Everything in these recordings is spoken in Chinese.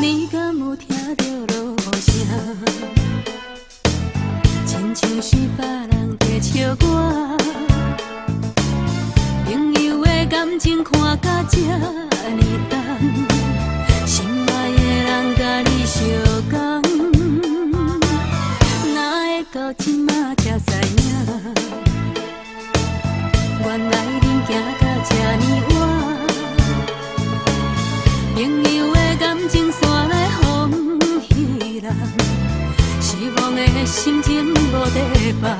你敢有听到落雨声？亲像是别人在笑我。朋友的感情看甲这呢重，心爱的人甲你相共，哪会到这马才知影？原来恁行到这呢晚。朋友的感情线来风戏人，失望的心情无地放。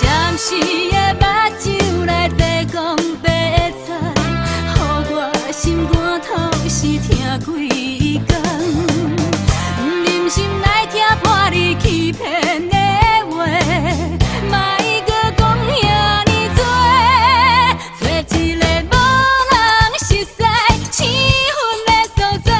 闪时的目睭内底讲白菜，予我心肝透是疼几工。忍心来听破你欺骗的话，莫搁讲遐尼多，找一个无人熟识、气氛的所在，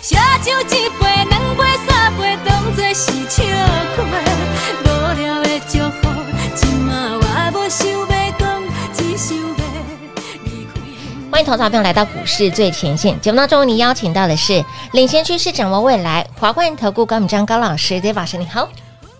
写酒一杯、两杯、三杯，当作是笑话。无聊的祝福，即马我无想要讲，只想要离开。欢迎投资者朋友来到股市最前线节目当中，你邀请到的是领先趋势、掌握未来华冠投顾高敏章高老师，David 老师你好。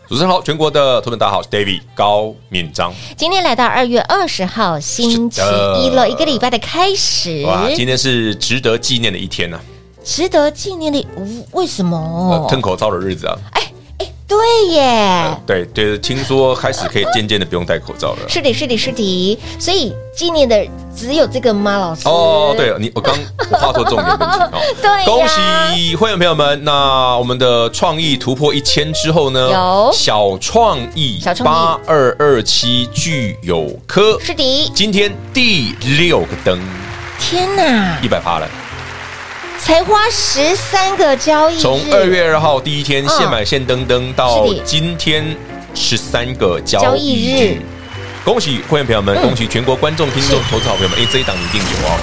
主持人好，全国的投资人大家好，我是，David 高敏章。今天来到二月二十号星期一了，一个礼拜的开始，哇，今天是值得纪念的一天呐、值得纪念的。嗯为什呃呃么？吞口罩的日子啊。哎，对耶，对对，听说开始可以渐渐的不用戴口罩了。是的，是的，是的。所以纪念的只有这个吗，老师？哦，对，了，你我刚我画错重点问题哦 。对哎呀恭喜会员朋友们！那我们的创意突破一千之后呢？有小创意小创八意二二七具有科，是的。今天第六个灯，天哪，一百趴了。才花十三个交易日，从二月二号第一天嗯现买现登登到是的今天十三个交交易易日日，恭喜会员朋友们，恭喜全国观众、听众、投资好朋友们，因为这一档一定有哦，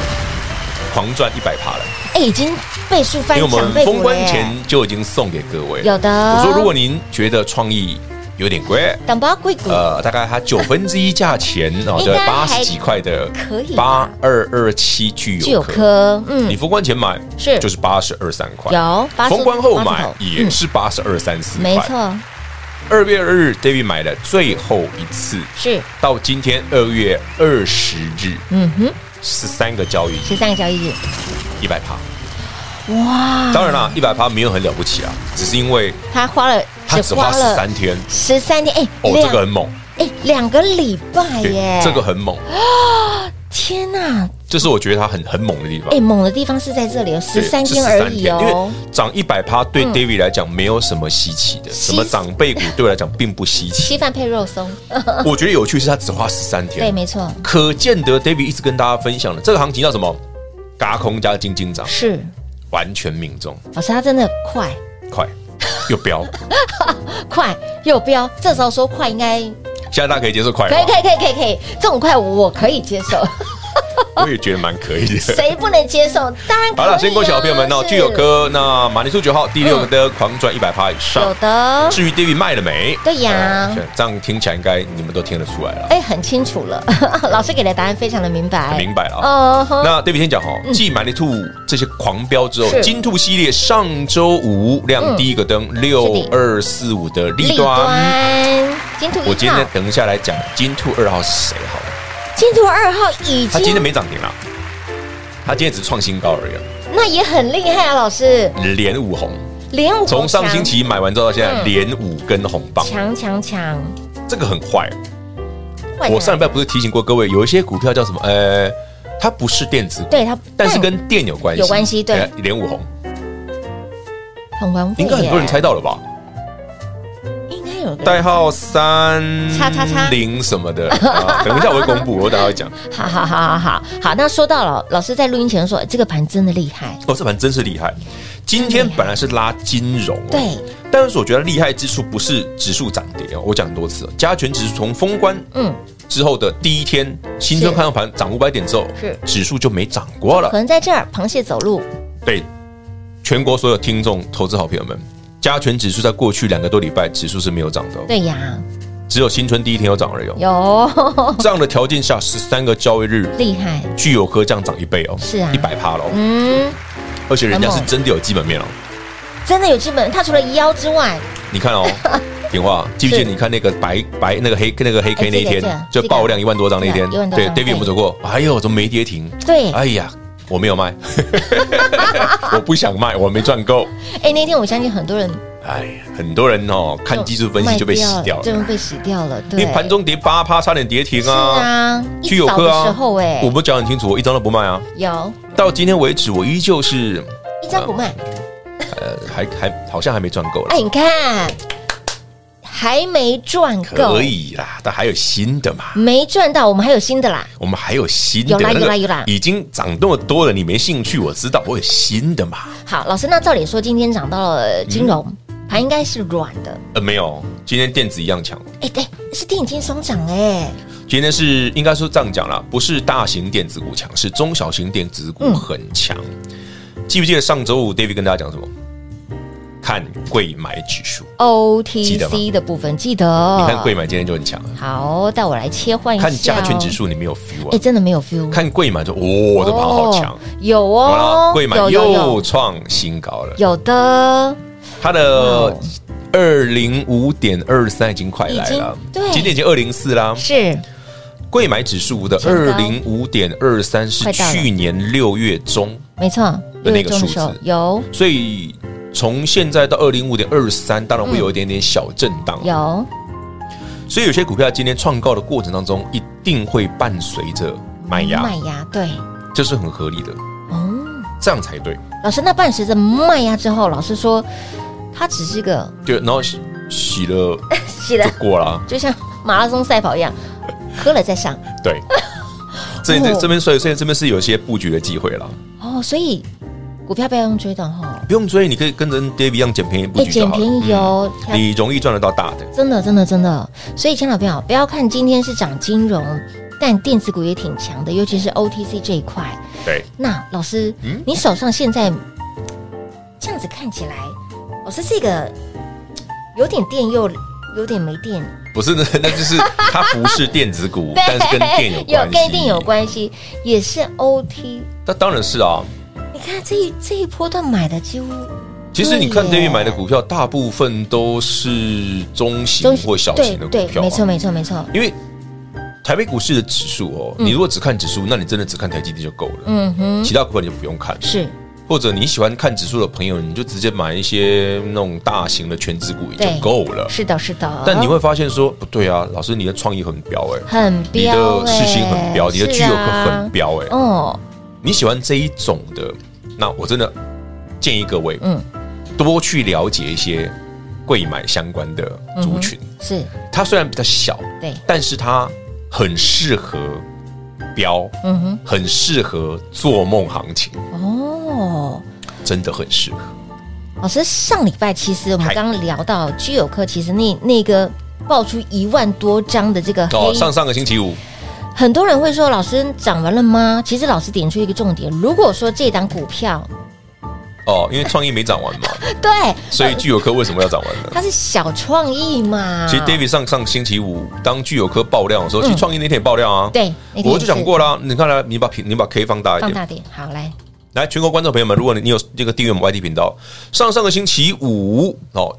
狂赚一百趴了，哎，已经倍数翻因为我涨们倍股封关了耶前就已经送给各位了。有的我说如果您觉得创意有点贵。等包贵股，呃，大概它九分之一价钱，哦，应对该，八还十几块的，可以吧八二二七具具有有科，科，你嗯，封关前买是就是八十二三块，有八字封关后八字买头也嗯是八十二三四，没。错，二月二日，David 买了最后一次，是，到今天二月二十日，嗯哼，十三个交易十日，三个交易日，一百趴。哇，当然啦，一百趴没有很了不起啊，只是因为他花了，它只花十三天，十三天，哎，哦，这两个很猛，哎两个礼拜耶，这个很猛，天哪，这是我觉得它很很猛的地方哎，。猛的地方是在这里哦，嗯十对三是天13而已因哦，为涨一百趴对 David 来讲没有什么稀奇的，什么长辈股对我来讲并不稀稀奇。饭配肉松， 我觉得有趣是它只花十三天，对，没错，可见得 David 一直跟大家分享的这个行情叫什么？嘎空加金金涨，是，完全命中，老师他真的快快 又飙，快又飙，这时候说快应该现在大家可以接受快可以吗？可以可以可以可以，这种快我可以接受。我也觉得蛮可以 的。谁不能接受？当然可以、啊。好了，先恭喜好朋友们哦！是具有科，那马尼苏九号第六个的狂赚一百趴以嗯有上。的，至于 David 卖了没？对呀呃这样听起来应该你们都听得出来了。哎、很清楚了， 老师给的答案非常的明白，很明白了啊哦吼，那 David 先讲哦，继买力兔这些狂飙之后是，嗯金兔系列上周五亮第一个灯六二四五的利端。金兔一号，我今天等一下来讲金兔二号是谁好了，金兔二号已它今天经，没涨停了，它今天只是创新高而已啊，那也很厉害啊，老师，连五红，连五从上强星期买完之后到现在嗯连五根红棒，强强强，这个很坏。坏我的上礼拜不是提醒过各位，有一些股票叫什么？呃，它不是电子股，对它但是跟电有关系，有关系对哎，连五红，统王费应该很多人猜到了吧？耶，应该有个代号三叉叉叉零什么的，啊 等一下我会公布，我等一下会讲。好好好好好好，那说到了，老师在录音前说，哎这个盘真的厉害，哦，这盘真是厉害。今天本来是拉金融、哦，对，但是我觉得厉害之处不是指数涨跌哦，我讲很多次、哦，加权指数从封关嗯，之后的第一天，新春是看到盘涨五百点之后，是指数就没涨过了可。能在这儿螃蟹走路，对全国所有听众、投资好朋友们，加权指数在过去两个多礼拜指数是没有涨的、哦，对呀，只有新春第一天有涨而已、哦。有这样的条件下，十三个交易日， 厉害，具有科这样涨一倍哦，是啊一百趴喽，嗯，而且人家很是猛真的有基本面哦。真的有基本，它除了腰之外，你看 哦，平话记不记是得？你看那个白白那个黑那个黑 K 哎那一记得记天得，就爆量一万多张那一天对啊1万，多对张，David 我们对走过，哎呦，怎么没跌停？对，哎呀，我没有卖， 我不想卖，我没赚够。哎，那天我相信很多人哎呀，很多人哦看技术分析就被洗掉真了，被洗掉了，因为对，盘中跌八趴，差点跌停是啊。啊，具一有早科的时啊候，哎，我不讲很清楚，我一张都不卖啊。有到今天为止，我依旧是一张不卖，啊呃，还还好像还没赚够了，哎，你看还没赚够可，以啦，但还有新的嘛。没赚到，我们还有新的啦，我们还有新的，有啦那个有啦有啦已经涨那么多了，你没兴趣，我知道，我有新的嘛。好，老师，那照理说今天涨到了金嗯融，盘应该是软的，呃，没有，今天电子一样强。哎，对，是电金双涨哎，今天是应该说这样讲啦，不是大型电子股强，是中小型电子股很强。记不记得上周五 David 跟大家讲什么？看贵买指数，记得 OTC 吗的部分记得，你看贵买今天就很强了。啊好，带我来切哦换一下、哦看加权指，数，你没有 feel 哎、啊？真的没有 feel，看贵买就哦，这盘好强哦，有好哦了，，贵买有有又有创新高了。有的，它哇的哦二零五点二三已经快来已经了，对今天已经二零四啦。是贵买指数的成二高零五点二三是快到了去年六月中，没错，的六那月个中的数时候字有所以从现在到二零五点二三，当然会有一点点小震荡。嗯有所以有些股票今天创高的过程当中，一定会伴随着买压卖，压，对，这是很合理的，哦，这样才对。老师，那伴随着卖压之后，老师说它只是个 对，然后洗洗了是的就，过了啊，就像马拉松赛跑一样，喝了再上 对。这这哦这边，所以所以这边是有些布局的机会了，哦，所以股票不要用追短吼，不用追，你可以跟着 David 一样捡便宜布哎、局就捡好了。便宜嗯哦，跳你容易赚得到大的。真的，真的，真的。所以，亲老朋友，不要看今天是涨金融，但电子股也挺强的，尤其是 OTC 这一块。对，那老师，嗯你手上现在这样子看起来，老师这个有点电又有点没电，不是那那就是它不是电子 股，但是跟电有有关系。跟电有。关系，也是 OT。那当然是啊。你看这一这一波段买的几乎其实你看对耶 David 买的股票，大部分都是中型中或小对型的股对，票、啊没错。没错没错，因为台北股市的指数哦，你如果只看指数，那你真的只看台积电就够了。嗯哼，其他股票你就不用看，是或者你喜欢看指数的朋友，你就直接买一些那种大型的全指股也对就够了。是的是的。啊但你会发现说，不对啊，老师你的创意很标哎、很你标、的欸，世星很标，你的是具有科啊很标哎、哦，你喜欢这一种的，那我真的建议各位，嗯嗯，多去了解一些贵买相关的族嗯群。是它虽然比较小，对，但是它很适合标，嗯哼，很适合做梦行情，哦。真的很适合。老师，上礼拜其实我们嗨刚刚聊到居友科，其实那那个爆出一万多张的这个黑，哦，上上个星期五，很多人会说老师涨完了吗？其实老师点出一个重点，如果说这档股票哦，因为创意没涨完嘛，对所以聚友科为什么要涨完呢？它是小创意嘛，其实 David 上上星期五当聚友科爆量的时候，其实啊嗯创意那天也爆量啊。对那天我就讲过啦。你看来，你把屏，你把 K 放大一放点，大点，好来，来，全国观众朋友们，如果你你有这个订阅我们 YT 频道，上上个星期五哦，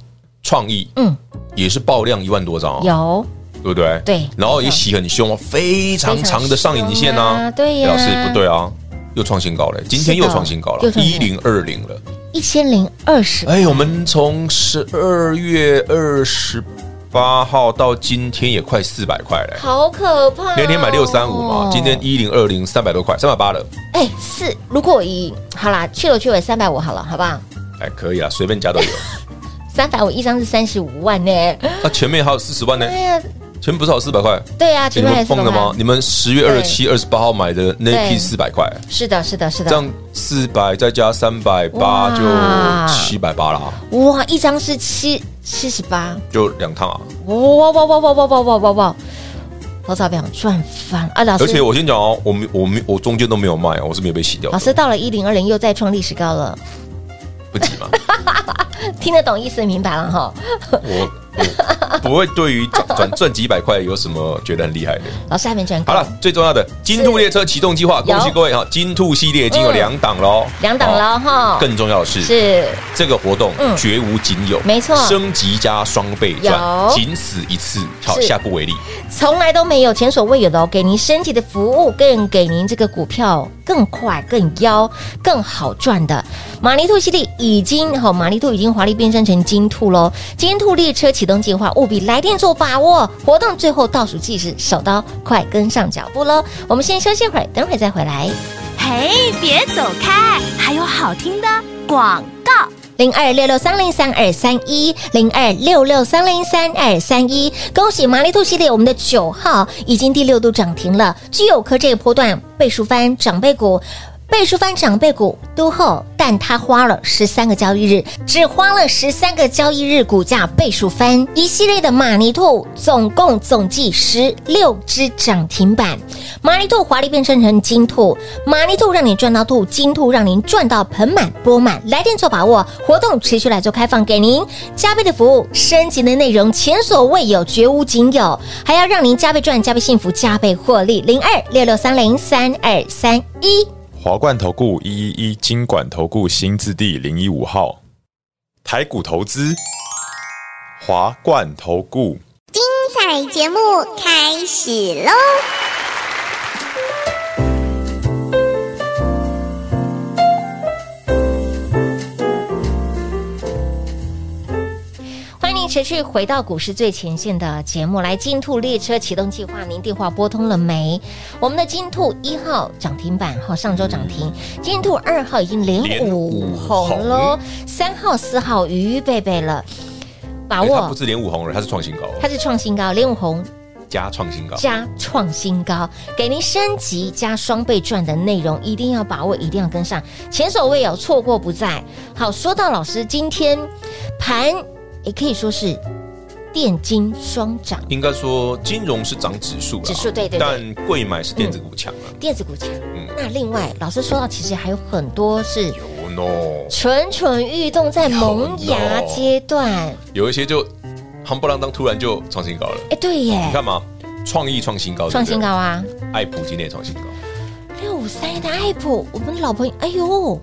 创意嗯，也是爆量一万多张、啊，有对不对？对然后也洗很凶哦，非常长的上影线呢、非常凶啊对呀表示不对啊，又创新高了，今天又创新高又了，创一新零二零了。一千零二十，哎，我们从十二月二十八号到今天也快四百块嘞。好可怕、哦！那天买六三五哦嘛，今天一零二零三百多块，三百八了。哎，是，如果以好啦，去了去尾三百五好了，好不好？哎，可以啊，随便 加都有。三百五一张是三十五万呢、那啊前面还有四十万呢，哎呀，前面不是还有四百块？哎对啊，你前面还们是疯了吗？你们十月二对十七、二十八号买的那批对四百块，是的，是的，是这的。样四百再加三百八就哇七百八啦，哇，一张是七七十八，就两趟啊。哇哇哇哇哇哇哇哇哇哇！投资朋友赚翻了啊！老而且师，我先讲哦，我没我没我中间都没有卖哦，我是没有被洗掉老的，师到了一零二零又再创历史高了，不急嘛。听得懂意思明白了哈。我我不会对于转转赚几百块有什么觉得很厉害的。老师还没转好过，了，最重要的金兔列车启动计划，恭喜有各位哈！金兔系列已经有嗯两档喽，两档哦。了哈。更重要的是，是这个活动嗯绝无仅有，没错升级加双倍赚，有仅此一次，好，是下不为例。从来都没有前所未有的哦，给您身体的服务，更给您这个股票更快、更妖、更好赚的马尼兔系列已经好，马尼兔已经华丽变身成金兔喽。金兔列车启动计划，务必来电做把握，活动最后倒数计时，手刀快跟上脚步喽。我们先休息会儿，等会儿再回来。嘿，别走开，还有好听的广告。零二六六三零三二三一，零二六六三零三二三一。恭喜麻利兔系列，我们的九号已经第六度涨停了。居有科这个波段倍数翻长辈股。倍数翻长辈股都后，但它花了十三个交易日，只花了十三个交易日，股价倍数翻。一系列的马尼兔总共总计十六只涨停板，马尼兔华丽变身成金兔，马尼兔让你赚到吐，金兔让您赚到盆满钵满。来电做把握，活动持续来做开放，给您加倍的服务，升级的内容前所未有，绝无仅有，还要让您加倍赚、加倍幸福、加倍获利。零二六六三零三二三一。华冠投顾一一一金管投顾新字第零一五号，台股投资，华冠投顾。彩节目开始喽！欢迎您持续回到股市最前线的节目，来金兔列车启动计划，您电话拨通了没？我们的金兔一号涨停板哈，上周涨停，金兔二号已经连嗯连五五红红喽，三号、四号鱼贝贝了，把哎它握不。是连五红了，它是创新高哦，它是创新高，连五红加创新高。加创新高，给您升级加双倍赚的内容，一定要把握，一定要跟上，前所未有，错过不再。好，说到老师，今天盘也可以说是电金双涨，应该说，金融是涨指数啦，指数对对对但贵买是电子股强啊。电子股强。嗯那另外，老师说到，其实还有很多是有哦 no，蠢蠢欲动，在萌芽阶段。有一些就夯不啷当，突然就创新高了。哎，对你耶，看嘛，创意创新高，创新高啊！啊，爱普今天也创新高，六五三一的爱普，我们的老朋友，哎呦，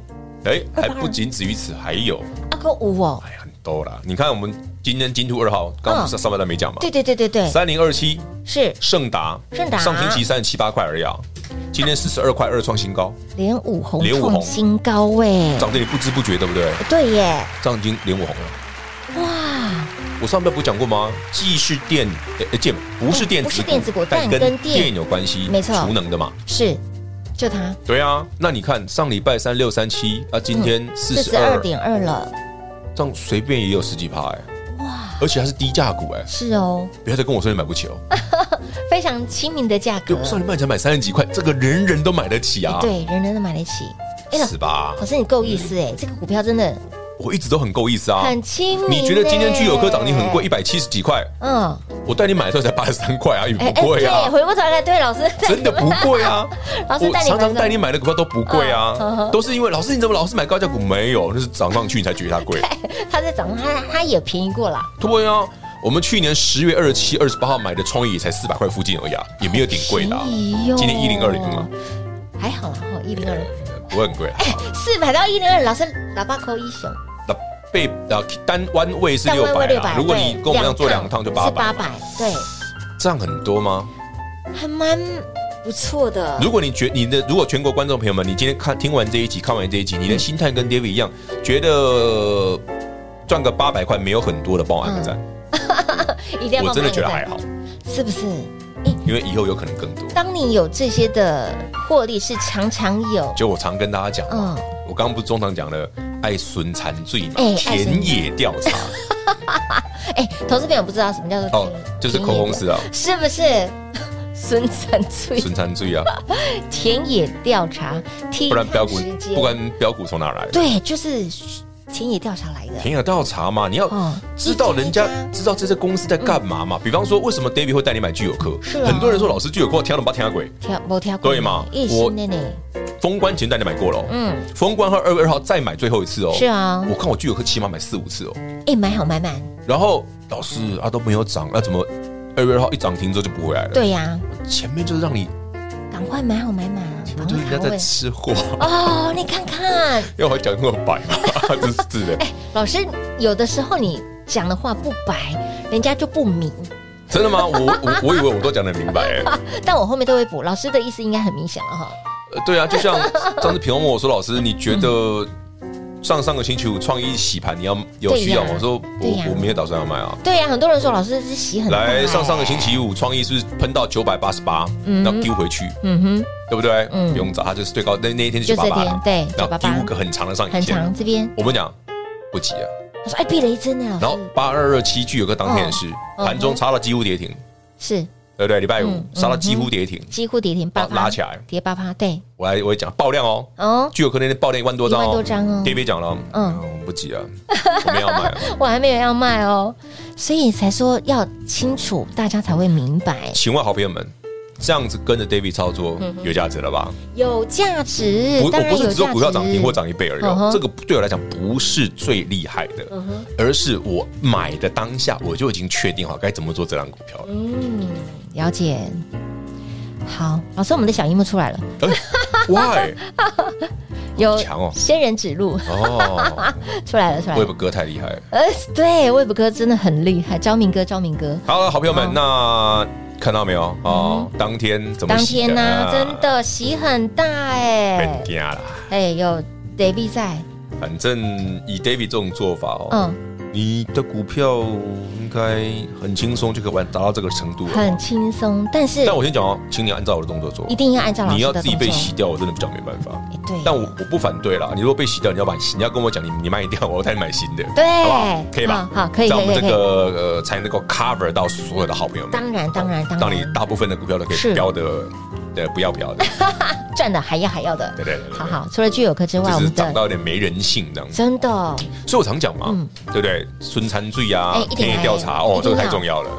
哎，还不仅止于此，还有阿哥五哦，哎很多啦。你看我们今天金兔二号，刚刚不是上半段没讲嘛？嗯对对对对对，三零二七是盛达，盛达上星期三十七八块而已啊，今天四十二块二创新高，连五红连五创红新高哎，涨得你不知不觉，对不对？对耶，这样已经连五红了。哇，我上面不讲过吗？既是电，呃、呃电不是电子股，不是电子股但跟电电有关系，没错储能的嘛。是就它对啊，那你看上礼拜三六三七啊，今天嗯四四十十二二，点二了，这样随便也有十几趴哎、哇！而且它是低价股哎、是哦，不要再跟我说你买不起 哦。非常亲民的价格哎对，，上礼拜才买三十几块，这个人人都买得起啊，对，人人都买得起。哎老是吧嗯老？师你够意思哎，这个股票真的我一直都很够意思啊。很亲民。你觉得今天具有科涨你停很贵，一？百七十几块，嗯，我带你买的时候才八十三块啊，也 哎不哎，贵对，啊，回过头来，对老师，真的不贵啊。老师我带你常常带们你买的股票都不贵嗯啊，都是因为老师你怎么老是买高价股？没有，那是涨上去你才觉得它贵。的， 他在涨，他他也便宜过啦，对啊，我们去年十月二十七、二十八号买的创意也才四百块附近而已啊，也没有顶贵的啊。便宜哟今天1020嘛，还好啦哈，一零二哎不会很贵啊。四百到一零二，老师喇叭扣一熊，那被呃单弯位是但六外百位六啊百，，如果你对跟我们一样做两趟就八是八百，百，对。这样很多吗？还蛮不错的。如果你觉你的如果全国观众朋友们，你今天看听完这一集，看完这一集，你的心态跟 David 一样，觉得赚个八百块没有很多的，帮我按个赞，嗯一定要帮我真的觉得按还个好，赞，是不是？因为以后有可能更多。当你有这些的获利，是常常有，就我常跟大家讲嘛，嗯我刚刚不是中常讲了，爱损残罪嘛哎，爱损田野调查哎，投资朋友不知道什么叫做哦田，就是口红石啊，是不是？孙产罪损残 罪啊，田野调查，替不然标股探哎时间不然标股从哪来？对，就是田野调查来的。田野调查嘛，你要哦知道人家一家一家知道这些公司在干嘛嘛。比方说，为什么 David 会带你买聚友科？是啊很多人说老师聚友科挑了八天鬼，挑没挑过对嘛一我心的呢，封关前带你买过了哦，嗯，封关后二月二号再买最后一次哦。是啊我看我聚友科起码买四五次哦。哎，买好买满，然后老师啊都没有涨，那怎么二月二号一涨停之后就不回来了？，对呀，前面就是让你，赶快买好买满，前把面就是人家在吃货，哦，你看看，要我讲那么白 吗？真是的，老师有的时候你讲的话不白，人家就不明，真的吗？我我我以为我都讲的明白哎。但我后面都会补。老师的意思应该很明显了哈。 呃对啊，就像上次平问我说，老师，你觉得上上个星期五创意洗盘，你要有需要吗？对呀我说对我呀我没有打算要卖啊。对呀、很多人说老师这洗很大来，哎上上个星，期五创意是不是喷到九百八十八，然后丢回去，嗯哼，对不对？嗯不用找，它就是最高那那一天是就九八这天八，，对，然九后八丢八，个很长的上影很线。长这边。我们讲不急啊。他说哎，避雷针呢，然老后师八二二七具有个当天也是哦盘中嗯哼差到几乎跌停，是对不对？礼拜五嗯杀到几嗯乎哼跌停，几乎跌停八拉起来跌八趴，对，我来我也讲爆量哦，哦，具有可能爆量一万多张一哦，万多张哦 David 讲了哦，嗯嗯，我们不急啊，我们要买啊。 我还没有要卖哦，所以才说要清楚，大家才会明白请问好朋友们，这样子跟着 David 操作有价值了吧？有价值我。我嗯当然不是有只有价股票涨停或值，涨一倍而已嗯哦哼，嗯这个对我来讲不是最厉害的，而是我买的当下我就已经确定好该怎么做这张股票了。嗯，了解。好，老师，我们的小荧幕出来了，哎 Why？有强哦仙人指路 哦，出来了，出来我了也不。哥太厉害了。呃，对，魏博哥真的很厉害，昭明哥，昭明哥，好了，好朋友们哦，那看到没有哦？当天怎么嗯当洗啊天呢、啊真的洗很大哎、很惊啦。哎、有 David 在，反正以 David 这种做法哦，嗯，你的股票应该很轻松就可以玩达到这个程度了。哦很轻松，但是但我先讲哦，请你按照我的动作做一，定要按照老你师要的自己动被作。洗掉，我真的比较没办法。哎对，但我我不反对啦，你如果被洗掉，你要买新，你要跟我讲你你卖掉，我再买新的，对嗯好不好？可以吧？好好嗯可以这样我们可这以个呃才能够 cover 到所有的好朋友们。当然当然当让你然，大部分的股票都可是以标的，对，不要不要的， 赚的还要还要的，对对对对好好，除了具有科之外，我就是们涨的到有点没人性这样子。真的哦所以我常讲嘛嗯，对不对？孙参罪啊哎一，定田野调查哎哦一定，这个太要重要了。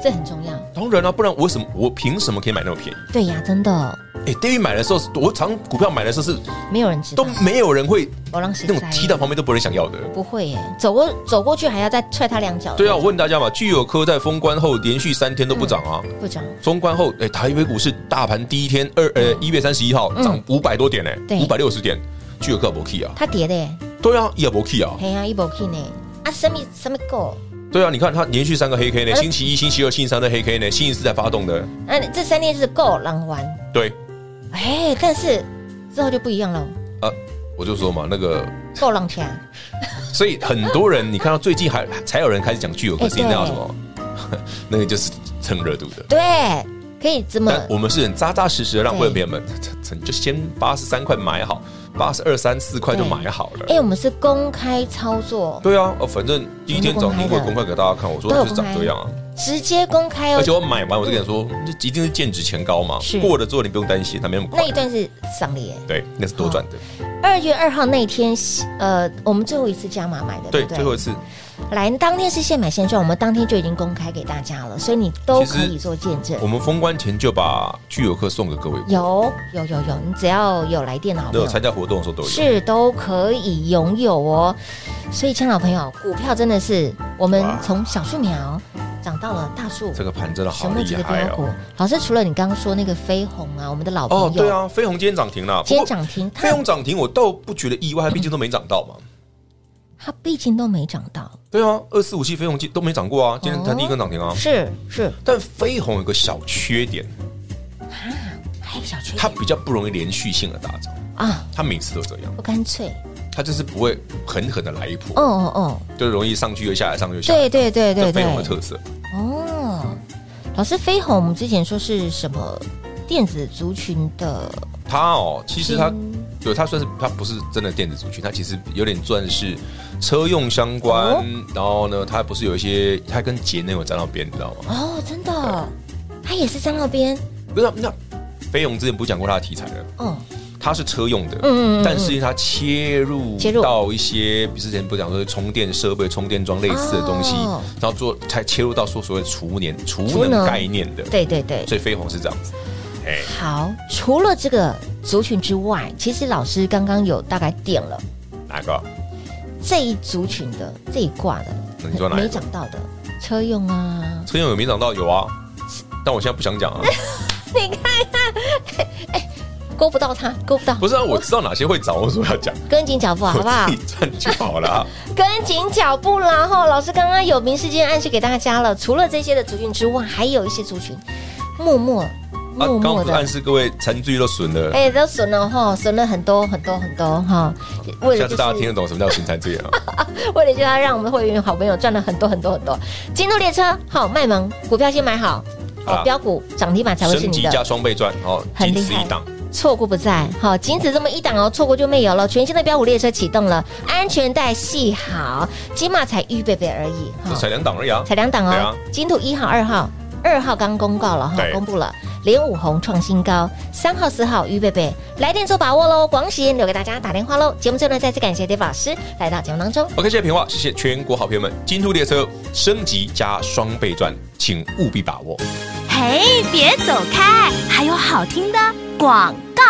这很重要，当然了，不然我为什么我凭什么可以买那么便宜？对呀，真的哎，David 买的时候，我常股票买的时候是没有人知道都，没有人会我让谁那种踢到旁边都不会想要的。不会耶，走过走过去还要再踹他两脚，对啊，我问大家嘛，聚友科在封关后连续三天都不涨啊。部长，封关后，哎、台北股市大盘第一天二呃一月三十一号涨五百多点呢、对五百六十点，聚友科不 key 啊，他跌的耶，对啊，也不 key 啊，嘿呀，一波 k 呢，啊，什么什么 go，对啊，你看它连续三个黑 K 呢，哎星期一、星期二、星期三的黑 K 呢，星期四才发动的，那啊这三天是 go 狼玩，对，哎，但是之后就不一样了啊，我就说嘛，那个， ，go 狼钱，所以很多人你看到最近还才有人开始讲聚友科哎是那叫对什么， 那个就是蹭热度的。 对，可以这么但我们是很扎扎实实的让对会员们，嗯 你就先八十三块买好，八十二三四块就对买好了。哎、我们是公开操作，对啊，呃，反正第一天涨停我也公开给大家看，我说它就是长这样啊。直接公开哦而且。我买完我就跟你说，这一定是见值前高嘛嗯是，过了之后你不用担心，它没那么快那一。段是赏的耶，对，那是多赚的。二月二号那一天，呃，我们最后一次加码买的，对，不最后一次，来当天是现买现赚，我们当天就已经公开给大家了，所以你都可以做见证我。们封关前就把聚友课送给各位，有有有有，你只要有来电的好那朋有友参，加活动的时候都有。是都可以拥有哦。所以，亲爱的朋友，股票真的是我们哇从小树苗长到了大树，这个盘真的好全部几厉个害标股哦。。老师，除了你刚刚说那个飞鸿啊，我们的老朋友，哦，对啊，飞鸿今天涨停了，不今过天涨停，飞它鸿涨停我倒不觉得意外，它毕竟都没涨到嘛。它毕竟都没涨到，对啊，二四五七飞鸿今都没涨过啊，今天才第一根涨停啊。是是，但飞鸿有个小缺点，还有哎小缺它点比较不容易连续性的大涨，啊，它每次都这样，不干脆，它就是不会狠狠的来一波，哦哦哦，就容易上去又下来，上去又下对来。对对对这飞鸿的对，特色，哦，老师飞鸿，我们之前说是什么电子族群的，它哦，其实它嗯对，它算是它不是真的电子族群，它其实有点算是车用相关。哦然后呢，它不是有一些，它跟节能有沾到边，你知道吗？哦，真的，它也是张那边，不是，那飞龙之前不是讲过它的题材了？嗯，它是车用的，嗯嗯嗯嗯但是它切入切入到一些，比之前不是讲说充电设备、充电桩类似的东西，哦然后做才切入到说所谓储能、储储能能概念的，对对对。所以飞鸿是这样子。哎，好，除了这个族群之外，其实老师刚刚有大概点了哪个？这一族群的这一挂的，那你说哪一个没讲到的车用啊，车用有没涨到？有啊，但我现在不想讲 啊。你看看，哎，勾不到它，勾不到，不是啊，我知道哪些会涨，我说要讲，跟紧脚步好不好我自？己赚就 好了啊。跟紧脚步啦！哈，老师刚刚有明示间暗示给大家了，除了这些的族群之外，还有一些族群默默啊，默刚刚默不是的暗。示各位残剧都损了，哎、都损了哈，损了很多很多很多哈，为下了就次 大家是听得懂什么叫新残剧啊？为了就要让我们的会员好朋友赚了很多很多很多。金鹿列车好卖萌，股票先买好，好哦啦，标股涨停板才会是升你级加的，双倍赚，哦，很仅厉此害一档。错过不再。好，仅此这么一档哦，错过就没有了。全新的标股列车启动了，安全带系好，金马才预备备而已这才两档而已啊才。两档哦，对啊金土一号、二号，二号刚公告了哈，对公布了，连五红创新高，三号、四号于贝贝来电做把握喽，广喜留给大家打电话喽。节目最后呢，再次感谢 Dave 老师来到节目当中。 OK，谢谢平话，谢谢全国好朋友们，金兔列车升级加双倍赚，请务必把握。嘿，别走开，还有好听的广告。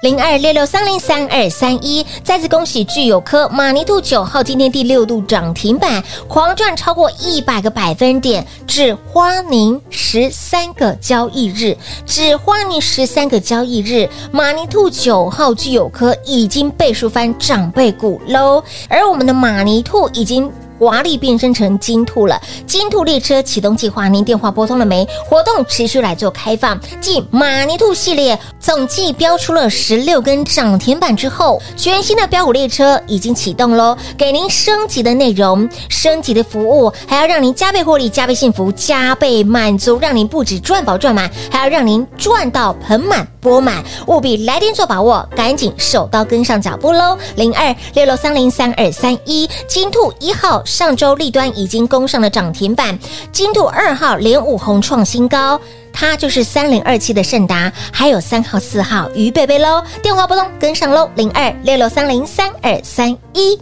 零二六六三零三二三一，再次恭喜聚友科马尼兔九号今天第六度涨停板，狂赚超过一百个百分点，至花宁十三个交易日，至花宁十三个交易日，马尼兔九号聚友科已经倍数翻长辈股喽，而我们的马尼兔已经。华丽变身成金兔了。金兔列车启动计划，您电话拨通了没？活动持续来做开放，继马尼兔系列总计标出了十六根涨停板之后，全新的标股列车已经启动喽，给您升级的内容、升级的服务，还要让您加倍获利、加倍幸福、加倍满足，让您不止赚饱赚满，还要让您赚到盆满钵满。务必来电做把握，赶紧手刀跟上脚步喽！零二六六三零三二三一，金兔一号上周立端已经攻上了涨停板，金兔二号连五红创新高。它就是三零二七的盛达，还有三号、四号于贝贝喽，电话拨通跟上喽，零二六六三零三二三一。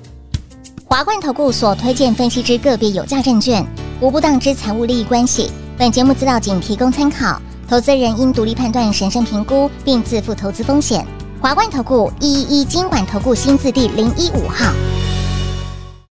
华冠投顾所推荐分析之个别有价证券，无不当之财务利益关系。本节目资料仅提供参考，投资人应独立判断、审慎评估，并自负投资风险。华冠投顾一一一金管投顾新字第零一五号。